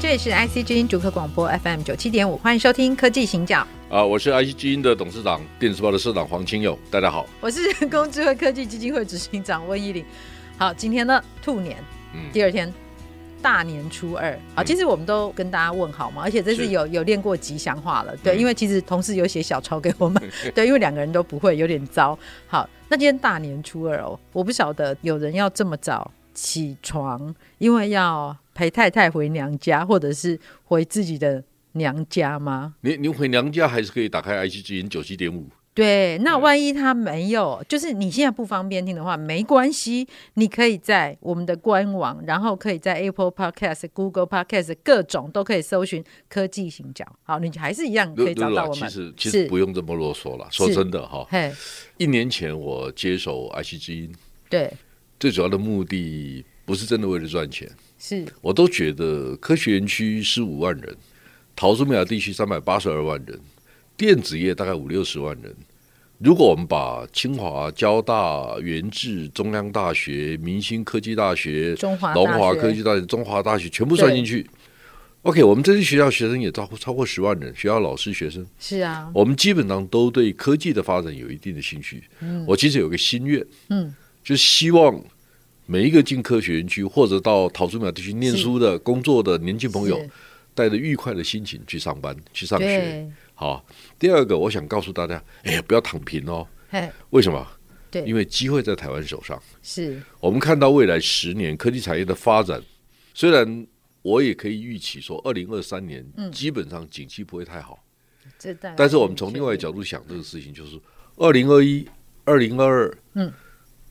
这里是 IC 之音主客广播 FM 九七点五，欢迎收听科技行脚，啊，我是 IC 基因的董事长，电子报的社长黄清友，大家好。我是 人工智慧科技基金会执行长温依玲。好，今天呢，兔年嗯，第二天，大年初二。好，嗯其实我们都跟大家问好嘛，而且这次是有有练过吉祥话了，对，嗯因为其实同事有写小抄给我 们，对，因为两个人都不会，有点糟。好，那今天大年初二哦，我不晓得有人要这么早起床，因为要陪太太回娘家，或者是回自己的娘家吗？你你回娘家还是可以打开 IC 基因九七点五，对，那对万一他没有，就是你现在不方便听的话，没关系，你可以在我们的官网，然后可以在 Apple Podcast、Google Podcast 各种都可以搜寻科技行脚。好，你还是一样可以找到我其们。实其实不用这么啰嗦了。说真的哈，嘿，一年前我接手 IC 基因，对，最主要的目的不是真的为了赚钱，是，我都觉得科学园区十五万人，桃竹苗地区三百八十二万人，电子业大概五六十万人。如果我们把清华、交大、元智、中央大学、明星科技大学、中华大龙华学科技大学、中华大学全部算进去，OK，我们这些学校学生也超过超过十万人，学校老师、学生，是啊，我们基本上都对科技的发展有一定的兴趣。我其实有个心愿，嗯，就是希望每一个进科学园区或者到桃竹苗地区念是书的、工作的年轻朋友是，带着愉快的心情去上班、去上学。对，好，第二个，我想告诉大家，哎呀，不要躺平哦。嘿，为什么？对因为机会在台湾手上。是，我们看到未来十年科技产业的发展，虽然我也可以预期说，二零二三年嗯基本上景气不会太好。这大概但是我们从另外一个角度想这个事情，就是二零二一、二零二二，嗯，，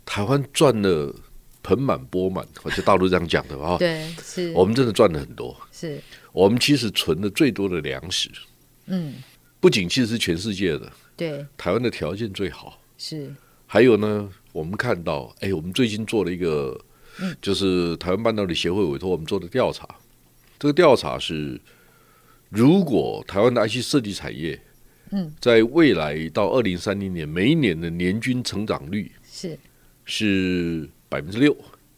台湾赚了盆满钵满，或者大陆这样讲的吧对，是，我们真的赚了很多。是，我们其实存的最多的粮食，嗯，不仅其实是全世界的，对，台湾的条件最好。是，还有呢，我们看到，哎，我们最近做了一个，嗯就是台湾半导体协会委托我们做的调查。这个调查是，如果台湾的 IC 设计产业，嗯，在未来到二零三零年，每一年的年均成长率是，是百分之六，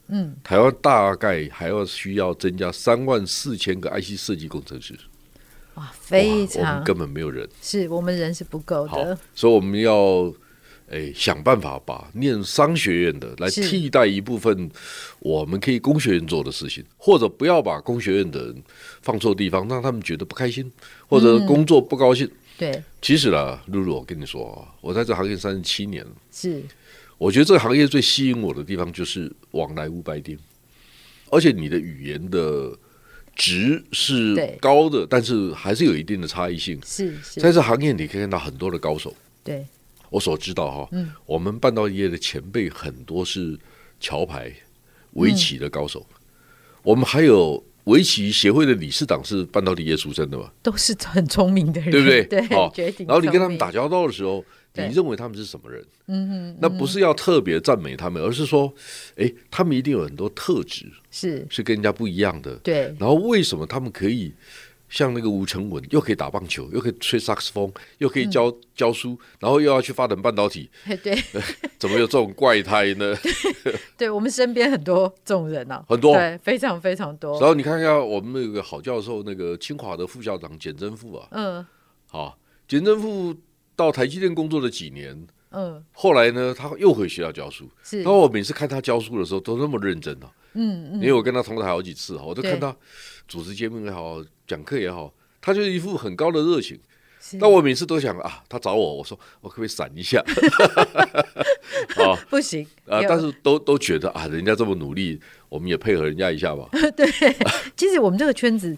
嗯，台湾大概还要需要增加三万四千个 IC 设计工程师，哇，哇非我们常，根本没有人。是我们人是不够好的，，所以我们要诶想办法把念商学院的来是替代一部分我们可以工学院做的事情，或者不要把工学院的人放错地方，让他们觉得不开心或者工作不嗯高兴。对，其实啦，露露，我跟你说啊，我在这行业三十七年了，是，我觉得这个行业最吸引我的地方就是往来无白丁，而且你的语言的值是对高的，但是还是有一定的差异性。是，在是，这行业，你可以看到很多的高手。对，我所知道哈，嗯我们半导体业的前辈很多是桥牌、围棋的高嗯手，我们还有围棋协会的理事长是半导体业出身的嘛，都是很聪明的人，对不对？嗯 对，好绝顶。然后你跟他聪们打交道的时候，你对认为他们是什么人？明，嗯哼，那不是要特别赞美他们，而是说，诶，他们一定有很多特质是，是跟人家不一样的。对， 然后为什么他们可以像那个吴成文，又可以打棒球，又可以吹萨克斯风，又可以教、嗯教书，然后又要去发展半导体？对，怎么有这种怪胎呢？ 对，我们身边很多这种人啊，很多对，非常非常然多，后你看看我们有个好教授，那个清华的副校长简真富啊，嗯好，简真富到台积电工作了几年，嗯，后来呢，他又回学校教书。是然，后我每次看他教书的时候，都那么认真啊，嗯因嗯，为我跟他同台好几次啊，我都对看他主持节目也好，讲课也好，他就是一副很高的热情。是但我每次都想啊，他找我，我说我可不可以闪 一下？啊不行啊！有 但是都都觉得啊，人家这么努力，我们也配合人家一下吧。其实我们这个圈子。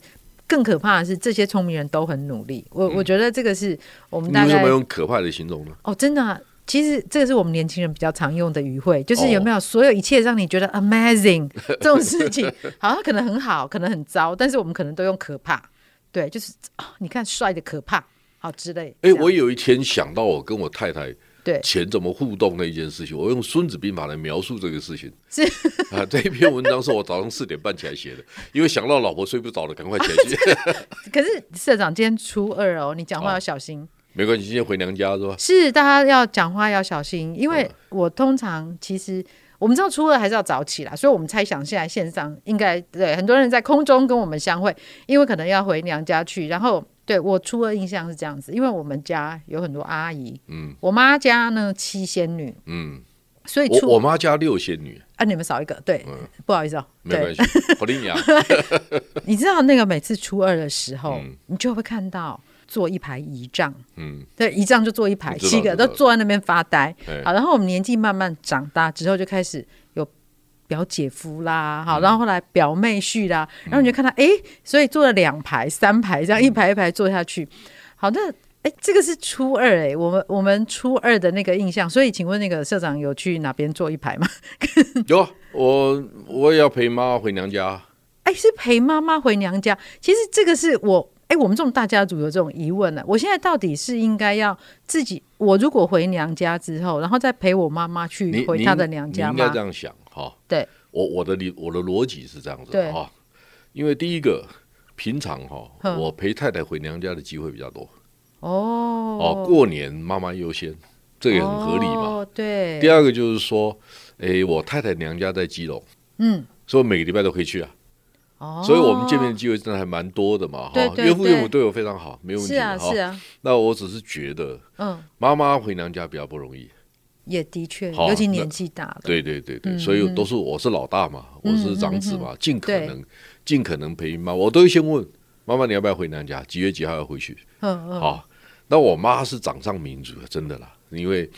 更可怕的是，这些聪明人都很努力。我、我觉得这个是我们嗯你大为什概么用可怕的形容呢？哦，真的啊、其实这个是我们年轻人比较常用的语汇，就是有没有所有一切让你觉得 amazing 这种事情， 好像可能很好，可能很糟，但是我们可能都用可怕，对，就是、啊你看帅的可怕，好之类。这哎、样我有一天想到我跟我太太对钱怎么互动那一件事情，我用《孙子兵法》来描述这个事情。是 啊， 这一篇文章是我早上四点半起来写的，因为想到老婆睡不着了，赶快起来 写。可是社长今天初二哦，你讲话要小心。没关系，今天回娘家是吧？是大家要讲话要小心，因嗯为我通常其实我们知道初二还是要早起啦，所以我们猜想现在线上应该对很多人在空中跟我们相会，因为可能要回娘家去。然后对我初二印象是这样子，因为我们家有很多阿姨，嗯我妈家呢七仙女，嗯，所以我初我妈家六仙女，啊你们少一个，对，嗯不好意思哦、没对 关，系，我领养。你知道那个每次初二的时候，嗯你就会看到坐一排仪仗。嗯，对，一仗就坐一排，我知道七个知道都坐在那边发呆哎。好，然后我们年纪慢慢长大之后，就开始有表姐夫啦，好，然后后来表妹婿啦，然后你就看到，哎、所以坐了两排、三排，这样一排一排坐下去。好，那哎，这个是初二哎、我们我们初二的那个印象，所以请问那个社长有去哪边坐一排吗？有啊，我我也要陪妈回娘家。哎，是陪妈妈回娘家。其实这个是我，哎，我们这种大家族有这种疑问呢、啊我现在到底是应该要自己，我如果回娘家之后，然后再陪我妈妈你去回你她的娘家你应该吗这？样想哈。对，我我的理我的逻辑是这样子对的哈，因为第一个平常哈，哼我陪太太回娘家的机会比较多哦，哦，过年妈妈优先，这个也很合理嘛。哦，对。第二个就是说，诶，我太太娘家在基隆，嗯，所以我每个礼拜都可以去啊，哦，所以我们见面的机会真的还蛮多的嘛对哈。对岳父对岳母对我非常好，没有问是题啊，的哈是。啊，那我只是觉得嗯，妈妈回娘家比较不容易，也的确，好尤其那年纪大了，对对对对，嗯所以都是我是老大嘛，我是长子嘛，尽可对能尽可能陪妈，我都会先问妈妈你要不要回娘家，几月几号要回去？嗯嗯，好，那我妈是掌上明珠，真的啦，因为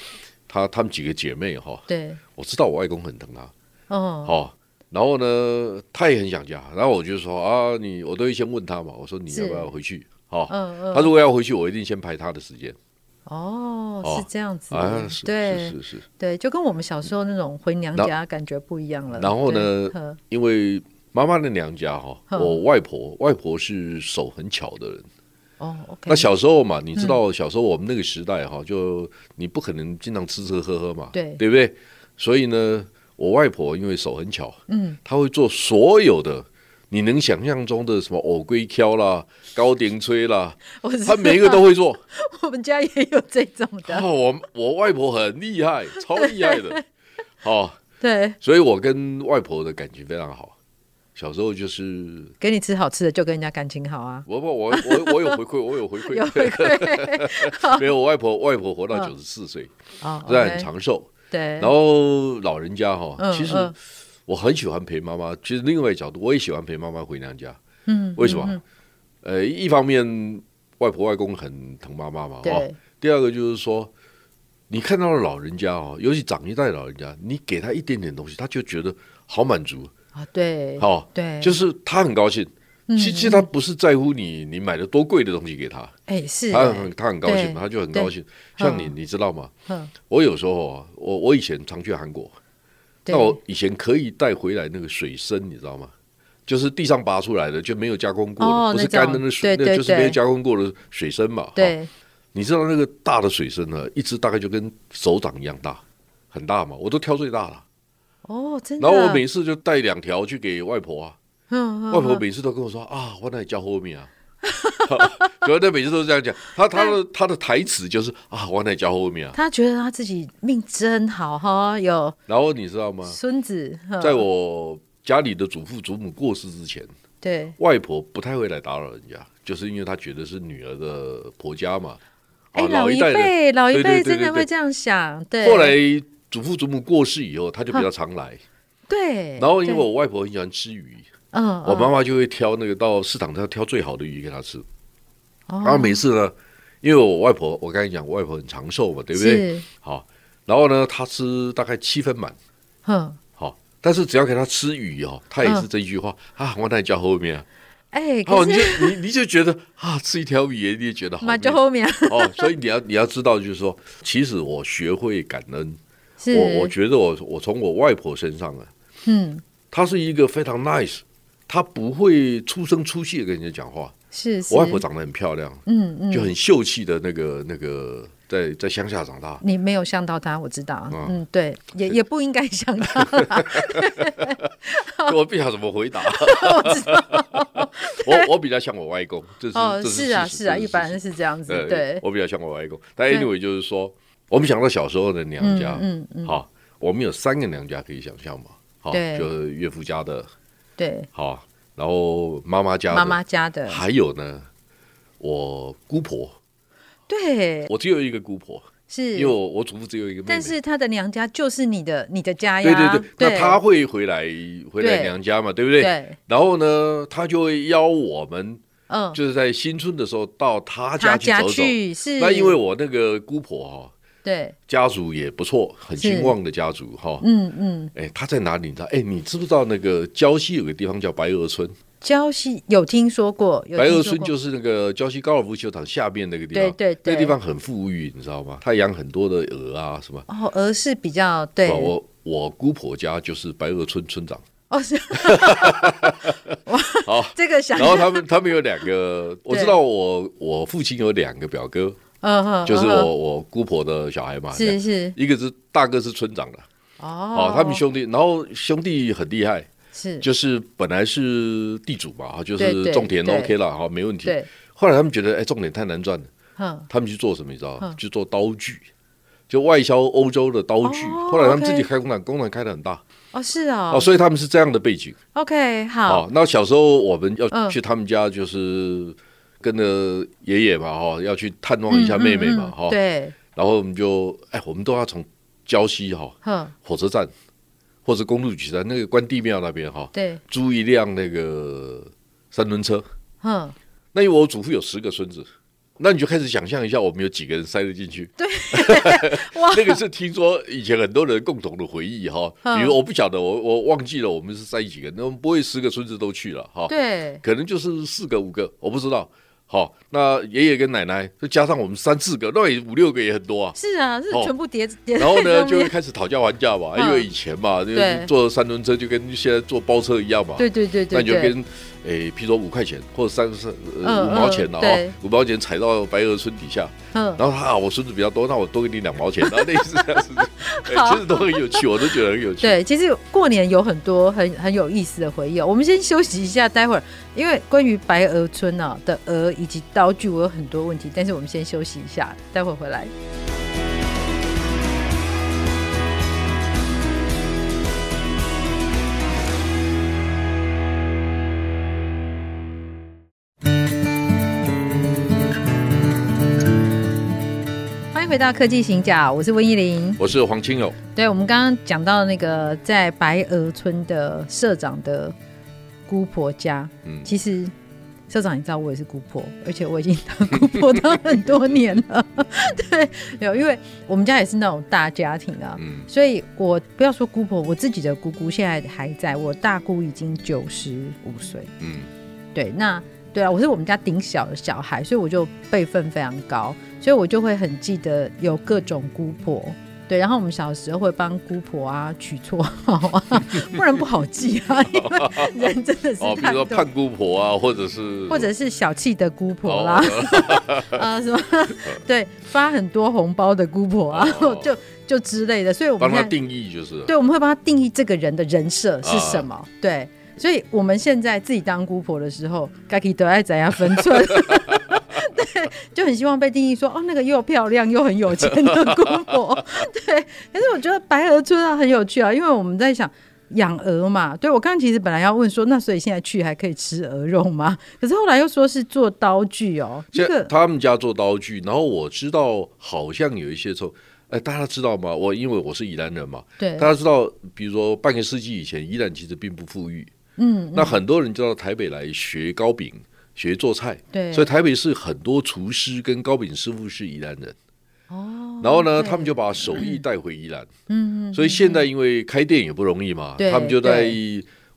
她她们几个姐妹哈，对，我知道我外公很疼她，哦，哦，然后呢，她也很想家，然后我就说啊，你我都会先问她嘛，我说你是要不要回去？哦，嗯她嗯，如果要回去，我一定先排她的时间哦，哦是这样子啊，是，对是是是，对，就跟我们小时候那种回娘然家感觉不一样了。然后对嗯呢呵因为妈妈的娘家哈，嗯我外婆外婆是手很巧的人。哦，OK，嗯那小时候嘛，你知道小时候我们那个时代哈，就你不可能经常吃吃喝喝嘛，对对不对？所以呢，我外婆因为手很巧，嗯，她会做所有的你能想象中的什么藕龟 挑啦、高顶吹啦，我知道她每一个都会做。 我们家也有这种的，哦，我我外婆很厉 害，超厉害的，哦，对，所以我跟外婆的感情非常好。小时候就是给你吃好吃的就跟人家感情好啊。我不，我我我有回馈，我有回 有馈，回馈没有我外婆，外婆活到嗯九十四岁，哦，虽然很 OK，长寿。对，然后老人家哈，哎嗯其实嗯我很喜欢陪妈妈。其实另外一个角度，我也喜欢陪妈妈回娘家。嗯，为什么？嗯呃，一方面外婆外公很疼妈妈嘛，哦。对，第二个就是说，你看到了老人家哦，尤其长一代老人家，你给他一点点东西，他就觉得好满足，啊，对，好、哦，对，，就是是他很高兴。嗯其其实他不是在乎你你买了多贵的东西给他，哎，是，他很他很高对兴，他就很高兴。像你，你知道吗？嗯，我有时候啊，我我以前常去韩国，对那我以前可以带回来那个水参，你知道吗？就是地上拔出来的，就没有加工过的，哦不是那种干的那水，对对那就是没对有加工过的水参嘛。哈对，你知道那个大的水参呢，一只大概就跟手掌一样大，很大嘛，我都挑最啊大的。哦，真的，然后我每次就带两条去给外婆啊，嗯，嗯外婆嗯每次都跟我说啊，我那里叫后面啊。 所以她每次都是这样讲，她她的她的台词就是啊，我那里叫后面啊。他觉得他自己命真好哈，有然后你知道吗？孙子，呵啊在我家里的祖父祖母过世之前，对，外婆不太会来打扰人家，就是因为她觉得是女儿的婆家嘛。哎，哦，老一一代人。辈，老一对对辈对对真的对会这样想，对，后来祖父祖母过世以后，她就比较常来。对，然后因为对，我外婆很喜欢吃鱼，嗯，我嗯妈妈就会挑那个到市场上挑最好的鱼给她吃。哦然后每次呢，因为我外婆，我刚才讲我外婆很长寿嘛，对不对？是，好，然后呢，她吃大概七分满，哼，好，但是只要给她吃鱼哦，她也是这一句话、啊，我那叫后面啊。哎，嗯可哦，你是就你你就觉得啊，吃一条鱼你也觉得好啊马面就后面哦，所以你要你要知道，就是说，其实我学会感恩，是，我我觉得我我从我外婆身上啊，嗯，她是一个非常 nice，她不会出声出气的跟人家讲话。是是，我外婆长得很漂亮，嗯嗯，就很秀气的那个那个，在在乡下长 大。你没有想到他，我知道，嗯嗯，对，也也不应该想 到啦，我不晓得怎么回答。 我知道，我我比较像我外公，这是哦，这是啊，事实是啊，这一事般实人是这样子，呃对，我比较像我外公。但对 anyway 就是说，我们想到小时候的娘家，嗯嗯好，我们有三个娘家可以想象嘛，好，对就是岳父家的，对，好，然后妈妈家的，妈妈家的，还有呢，我姑婆，对，我只有一个姑婆，是因为，我我祖父只有一个妹妹，但是他的娘家就是你的你的家对呀，对对，那她会回来回来对娘家嘛，对不对？对，然后呢，她就会邀我们，嗯，就是在新村的时候到她他家去家走走。去是，那因为我那个姑婆哈、对，家族也不错，很是兴旺的家族哈。嗯嗯，哎，他在哪里？你知道？哎，你知不知道那个礁溪有个地方叫白鹅村？礁溪有听说过，有白听鹅说村过就是那个礁溪高尔夫球场下面那个地方。对对对那地方很富裕，你知道吗？他养很多的鹅啊什么。哦，而是比较对，我我姑婆家就是白鹅村村 长。哦 是，好，这个想然，后他们他们有两 个，我知道我我父亲有两个表哥，嗯哼，就是嗯哼我我姑婆的小孩嘛。是是一个是大哥是村长的，哦哦，，他们兄弟，然后兄弟很厉害，是就是本来是地主嘛，哈，就对是对种田对 OK 了，哈，没问题。对，后来他们觉得，哎，种田太难赚了，嗯，他们去做什么，你知道吗嗯？去做刀具，就外销欧洲的刀具。哦后来他们自己 OK 开工厂，工厂开的很大哦是哦哦，所以他们是这样的背景 o k 好，哦。那小时候我们嗯要去他们家，就是跟着爷爷嘛，哈，要去探望一下妹妹嗯嗯嘛，嗯哈。对，然后我们就，哎，我们都要从礁溪哈哼，火车站或者公路局站那个关帝庙那边哈，对，租一辆那个三轮车。哼，那因为我祖父有十个孙子，那你就开始想象一下，我们有几个人塞得进去？ 对，哇那个是听说以前很多人共同的回忆哈。嗯比如我不晓得，我我忘记了我们是塞几个人，那我们不会十个孙子都去了哈。对，。可能就是四个五个，我不知道。好，那爷爷跟奶奶就加上我们三四个，那也五六个也很多啊 是啊，是哦全部叠叠在然后呢，上就会面， 开始讨价还价嘛，嗯因为以前嘛，就对是坐三轮车就跟现在坐包车一样嘛。对对对那对你就对，跟诶，譬如说五块钱或者三三呃嗯五毛钱嗯了对啊，五毛钱踩到白鹅村底下，嗯，然后他啊，我孙子比较多，那我多给你两毛钱，然后类似这 样子，好哎其实都很有趣，我都觉得很有趣。对，其实过年有很多很很有意思的回忆、哦。我们先休息一下，待会儿因为关于白鹅村啊的鹅以及刀具，我有很多问题，但是我们先休息一下，待会儿回来。欢迎回到科技行脚，我是温依玲，我是黄清友，对，我们刚刚讲到那个在白鹅村的社长的姑婆家， 嗯，其实社长你知道我也是姑婆，而且我已经当姑婆当很多年了。 对，有，因为我们家也是那种大家庭啊，嗯所以我不要说姑婆，我自己的姑姑现在还在，我大姑已经九十五岁。嗯，对，那对啊，我是我们家顶小的小孩，所以我就辈分非常高，所以我就会很记得有各种姑婆。对，然后我们小时候会帮姑婆啊取绰号啊，不然不好记啊，因为人真的是哦，比太如说多，胖姑婆啊，或者是或者是小气的姑婆哦啦，啊什么，对，发很多红包的姑婆啊，哦就就之类的，所以我们帮他现在定义就是，对，我们会帮他定义这个人的人设是什啊么。对，所以我们现在自己当姑婆的时候，该给得爱怎样分寸。 对，就很希望被定义说，哦，那个又漂亮又很有钱的姑婆。对，可是我觉得白鹅村啊很有趣啊，因为我们在想。养鹅嘛，对我刚刚其实本来要问说，那所以现在去还可以吃鹅肉吗？ 可是后来又说是做刀具哦，现这在个他们家做刀具，然后我知道好像有一些时候，哎，大家知道吗？我因为我是宜兰人嘛，对大，家知道，比如说半个世纪以前，宜兰其实并不富裕，嗯，那很多人就到台北来学糕饼、学做菜，对，所以台北市很多厨师跟糕饼师傅是宜兰人。哦，然后呢，对他们就把手艺带回宜兰。嗯嗯，所以现在因为开店也不容易嘛，对他们就在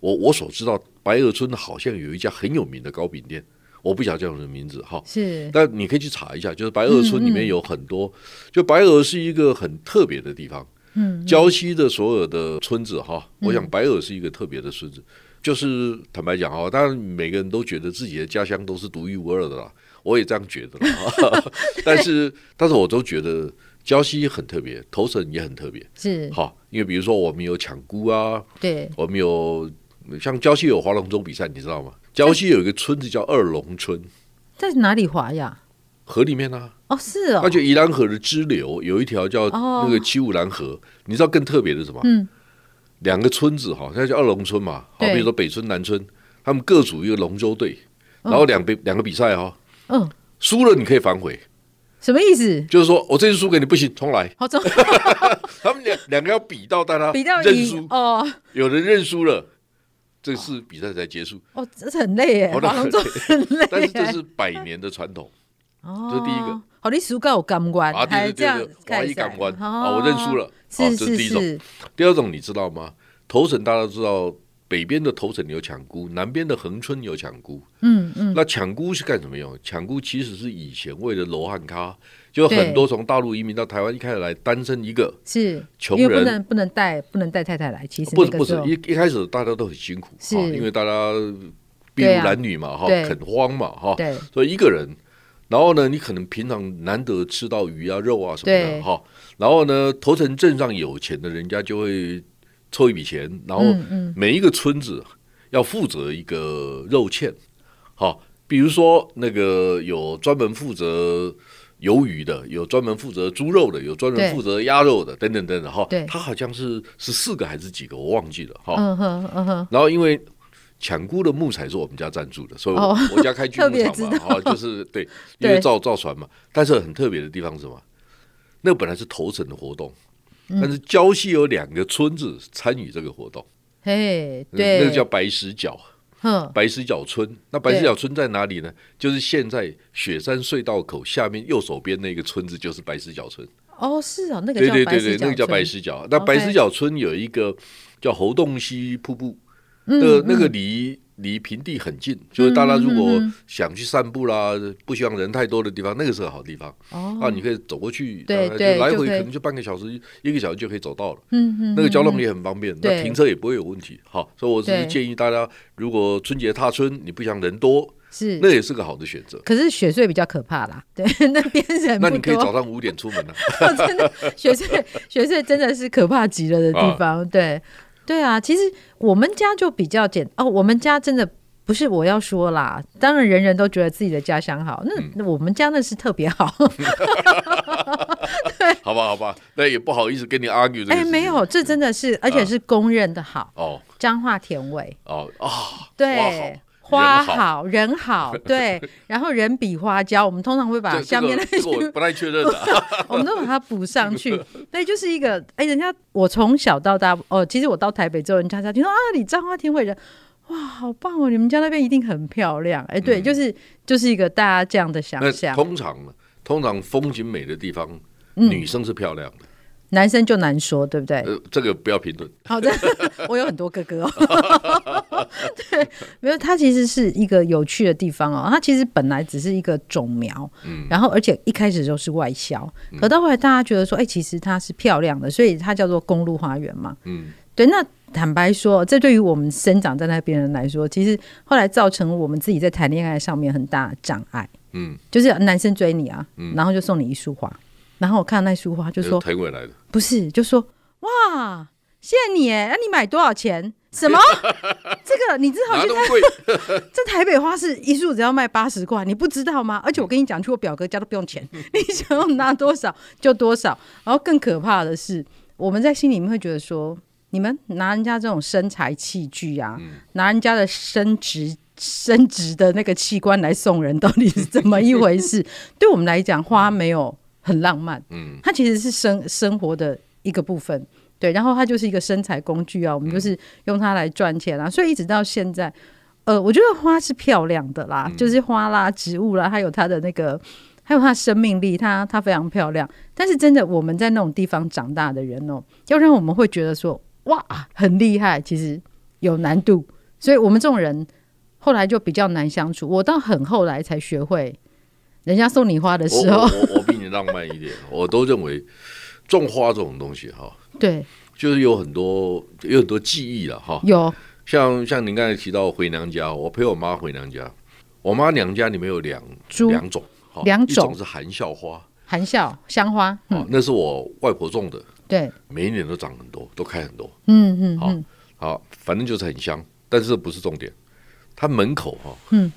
我我所知道，白鹅村好像有一家很有名的糕饼店，我不晓得叫什么名字哈。是但你可以去查一下，就是白鹅村里面有很多，就白鹅是一个很特别的地方。嗯，胶西的所有的村子哈，我想白鹅是一个特别的村子。就是坦白讲哈，啊当然每个人都觉得自己的家乡都是独一无二的啦，我也这样觉得啦。 哈但是，但是我都觉得胶西很特别，头城也很特别。是，好，因为比如说我们有抢姑啊，对，我们有像胶西有划龙舟比赛，你知道吗？胶西有一个村子叫二龙村，在哪里划呀？河里面啊，哦，是哦而，且宜兰河的支流有一条叫哦那个七五兰河，你知道更特别的是什么？嗯，两个村子哈，那叫二龙村嘛，好，对比如说北村、南村，他们各组一个龙舟队，哦然后两边两个比赛哈，嗯，输了你可以反悔，什么意思？就是说我这次输给你不行，重来。 好重，他们两两个要比到大家哦比较认赢输，哦有人认输了，这次比赛才结束。哦，这是很累耶，好的划龙 舟很累耶。但是这是百年的传 统哦，这是第一个。好，你输够有感官，啊，还对对这样对对，华开裔始感官啊，哦，我认输了。啊，是这是是第一种。是，第二种你知道吗？头城大家都知道，北边的头城有抢姑，南边的恒春有抢姑。嗯嗯，那抢姑是干什么用？抢姑其实是以前为了罗汉咖，就对很多从大陆移民到台湾，一开始来单身一个，是穷因为不人能不能带不能带太太来，其实不那是个不时是候一一开始大家都很辛苦，是啊因为大家筚对路啊蓝缕嘛，哈、对垦荒嘛，哈、对所以一个人，然后呢，你可能平常难得吃到鱼啊、肉啊什么对的哈，然后呢，头城镇上有钱的人家就会凑一笔钱，然后嗯嗯每一个村子要负责一个肉欠，好，比如说那个有专门负责。鱿鱼的有专门负责猪肉的，有专对门负责鸭肉的，等等等等哈对。它好像是是四个还是几个，我忘记了哈。嗯哼嗯哼，然后因为抢菇的木材是我们家赞助的，所以我,、哦我家开锯木特别知厂嘛，道哈、就是对，因对为造造船嘛。但是很特别的地方是什么？那本来是头城的活动，嗯但是胶西有两个村子参与这个活动，嘿，对，那个叫白石角，哼，白石角村。那白石角村在哪里呢？就是现在雪山隧道口下面右手边那个村子，就是白石角村。哦，是哦，那个对叫对白对石对，那个角叫白村，石角。那白 OK 石角村有一个叫猴洞溪瀑布，那嗯个那个离离平地很近，就是大家如嗯果想去散步啦，不希望人太多的地方，那个是个好地方哦，啊，你可以走过去，对大概对就来就回可以可能就半个小时、一个小时就可以走到了。嗯嗯，那个交通也很方便，对那停车也不会有问题。好，所以我只对是建议大家，如果春节踏春，你不想人多，是那。也是个好的选择。可是雪穗比较可怕啦，对， 那边人那不你可以早多，上五点出门啊。真的雪穗雪穗真的是可怕极了的啊地方，对对啊，其实我们家就比较简哦，我们家真的不是我要说啦，当然人人都觉得自己的家乡好，那、嗯那我们家那是特别好，好吧，好吧，那也不好意思跟你 argue 这个。哎，没有，这真的嗯是，啊而且是公认的好，哦彰化甜味，哦啊，对。花花好人好人好，对， 然后人比花娇，我们通常会把这下面的这个这个我不太确认的啊。我们都把它补上去。对，就是一个哎、人家我从小到大，哦，其实我到台北之后，人家才听说啊，你彰化天会人，哇，好棒哦，你们家那边一定很漂亮。哎、对，就是就是一个大家这样的 想嗯那象，通常呢，通常风景美的地方，女生是漂亮的，男生就难说，对不对？呃，这个不要评论。好的，我有很多哥哥、哦。 对，没有，它其实是一个有趣的地方哦。它其实本来只是一个种苗，嗯，然后而且一开始都是外销，可到后来大家觉得说，哎、其实它是漂亮的，所以它叫做公路花园嘛。嗯，对，那坦白说，这对于我们生长在那边的人来说，其实后来造成我们自己在谈恋爱上面很大的障碍。嗯，就是男生追你啊，然后就送你一束花，然后我看到那束花就这说是腾伟呃来的，不是，就说哇，谢谢你哎，那、你买多少钱？什么？这个你知道哪现那在么贵？这台北花市一束只要卖八十块，你不知道吗？而且我跟你讲，去我表哥家都不用钱， 你想要拿多少就多少。然后更可怕的是，我们在心里面会觉得说，你们拿人家这种身材器具啊，拿人家的生殖。生殖的那个器官来送人，到底是怎么一回事？对我们来讲，花没有很浪漫，嗯，它其实是生生活的一个部分，对。然后它就是一个身材工具啊，我们就是用它来赚钱啊。所以一直到现在，呃，我觉得花是漂亮的啦，就是花啦、植物啦，还有它的那个，还有它生命力，它它非常漂亮。但是真的，我们在那种地方长大的人哦、要让我们会觉得说哇很厉害，其实有难度，所以我们这种人后来就比较难相处。我到很后来才学会，人家送你花的我时候，我我我比你浪漫一点，我都认为种花这种东西哈， 对，就是有很多有很多记忆了哈。有像像您刚才提到回娘家，我陪我妈回娘家，我妈娘家里面有两猪两种，哈两一种种是含笑花，含笑香花，嗯，哦，那是我外婆种的，对，每一年都长很多，都开很多，嗯嗯好嗯，好，反正就是很香，但是不是重点。它门口哈、嗯，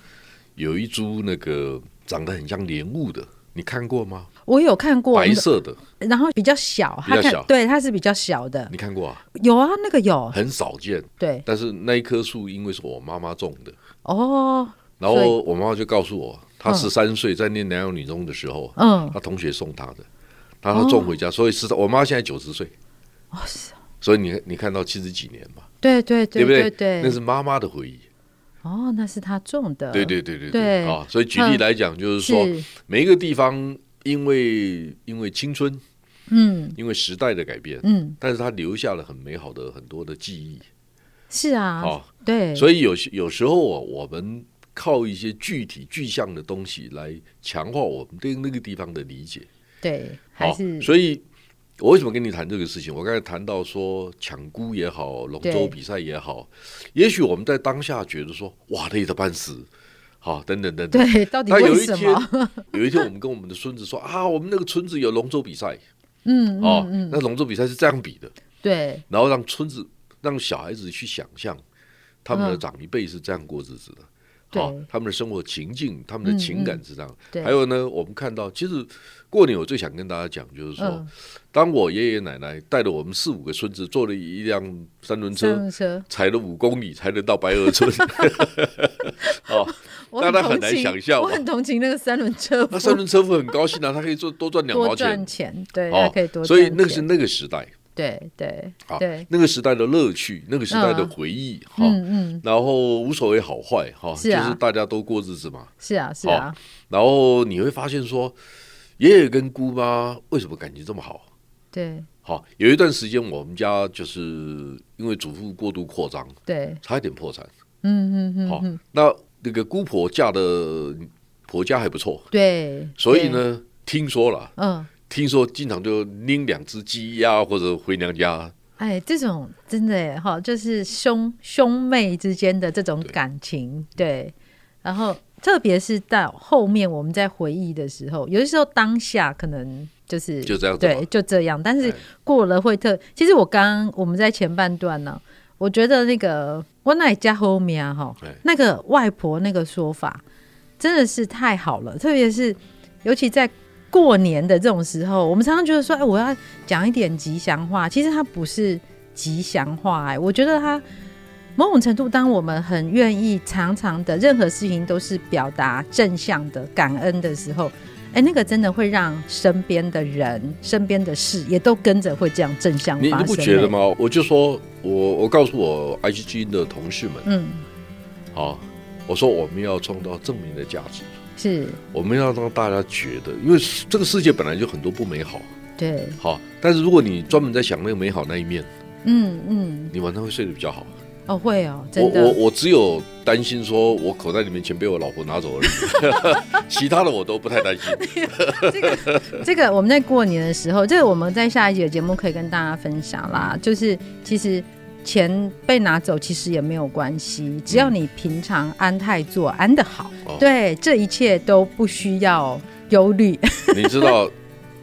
有一株那个长得很像莲雾的，你看过吗？我有看过，白色的，然后比较小，比较它看小对，它是比较小的，你看过啊？有啊，那个有，很少见，对，但是那一棵树因为是我妈妈种的，哦，然所以后我妈妈就告诉我，她嗯十三岁在念南洋女中的时候，嗯，哦她同学送她的，她她种回家，所以是我妈现在九十岁，所以你你看到七十几年嘛，对对对对不对？对那是妈妈的回忆，哦，那是他种的，对对对对对啊，所以举例嗯来讲，就是说是，每一个地方因为因为青春，嗯因为时代的改变，嗯，但是它留下了很美好的很多的记忆。是啊好，对，所以以有时有时候啊，我们靠一些具体具象的东西来强化我们对那个地方的理解。对还好，是所以我为什么跟你谈这个事情？我刚才谈到说抢孤也好，龙舟对比赛也好，也许我们在当下觉得说哇累得半死，好 等等等等。对，到底但有为一什天么？，有一天我们跟我们的孙子说啊，我们那个村子有龙舟比赛嗯哦嗯，嗯，那龙舟比赛是这样比的，对，然后让村子让小孩子去想象，他们的嗯长一辈是这样过日子的，对好、他们的生活情境、他们的嗯情感是这样。对还有呢，我们看到，其实过年我最想跟大家讲，就是说，嗯，当我爷爷奶奶带着我们四五个孙子坐了一辆三轮三嗯车轮。 车，踩了五公里才能到白鹅村， 哦，我大家同很难情想象我嘛很同情那个三轮车 那夫，三轮车夫很高兴啊，他可以做多赚两毛多钱赚，钱，对，哦他可以多赚钱，所以那个是那个时代对对啊对，，那个时代的乐趣，那个时代的嗯回忆哈、嗯嗯， 然后无所谓好坏哈，是啊就是大家都过日子嘛。是啊是啊，然后你会发现说，爷爷跟姑妈为什么感情这么好？对好，有一段时间我们家就是因为祖父过度扩张，对，差一点破产。嗯嗯嗯，好、那那个姑婆嫁的婆家还不错，对，所对，以呢，听说了，嗯。听说经常就拎两只鸡呀，或者回娘家。哎，这种真的耶哈，就是兄兄妹之间的这种对感情，对。然后，特别是到后面我们在回忆的时候，有的时候当下可能就是就这样子嘛对，就这样。但是哎过了会特，其实我刚我们在前半段呢、我觉得那个我奶家后面啊哈哎，那个外婆那个说法真的是太好了，特别是尤其在过年的这种时候，我们常常觉得说，哎，我要讲一点吉祥话，其实它不是吉祥话、哎，我觉得它某种程度，当我们很愿意常常的任何事情都是表达正向的感恩的时候。哎，那个真的会让身边的人、身边的事也都跟着会这样正向发你生、你不觉得哎？吗？我就说我我告诉我 IG 基因的同事们，嗯，好，我说我们要创造正面的价值，是，我们要让大家觉得，因为这个世界本来就很多不美好，对，好，但是如果你专门在想那个美好那一面，嗯嗯，你晚上会睡得比较好。哦，会哦，我真的，我我只有担心说我口袋里面钱被我老婆拿走而已， 其他的我都不太担心。这个这个我们在过年的时候，这个我们在下一节节目可以跟大家分享啦。就是其实钱被拿走其实也没有关系，只要你平常安泰做安得好，哦对这一切都不需要忧虑。 你知道，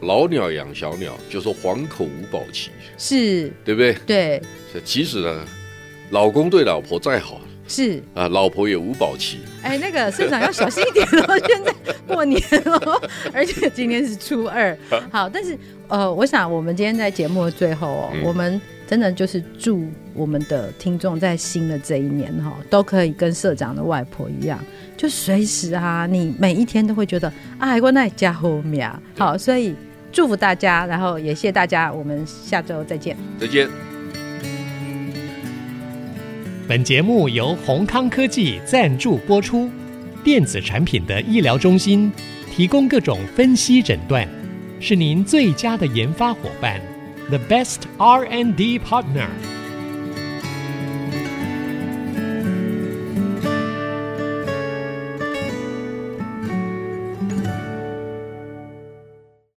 老鸟养小鸟，就说黄口无保期，是，对不对？对，其实呢，老公对老婆再好是。啊，老婆也无保期。哎，那个社长要小心一点哦，现在过年哦，而且今天是初二。好，但是呃，我想我们今天在节目的最后哦，嗯我们真的就是祝我们的听众在新的这一年哈、哦，都可以跟社长的外婆一样，就随时啊，你每一天都会觉得啊，我那家后面啊好，所以祝福大家，然后也谢谢大家，我们下周再见。再见。本节目由宏康科技赞助播出。电子产品的医疗中心提供各种分析诊断，是您最佳的研发伙伴，The best R&D partner。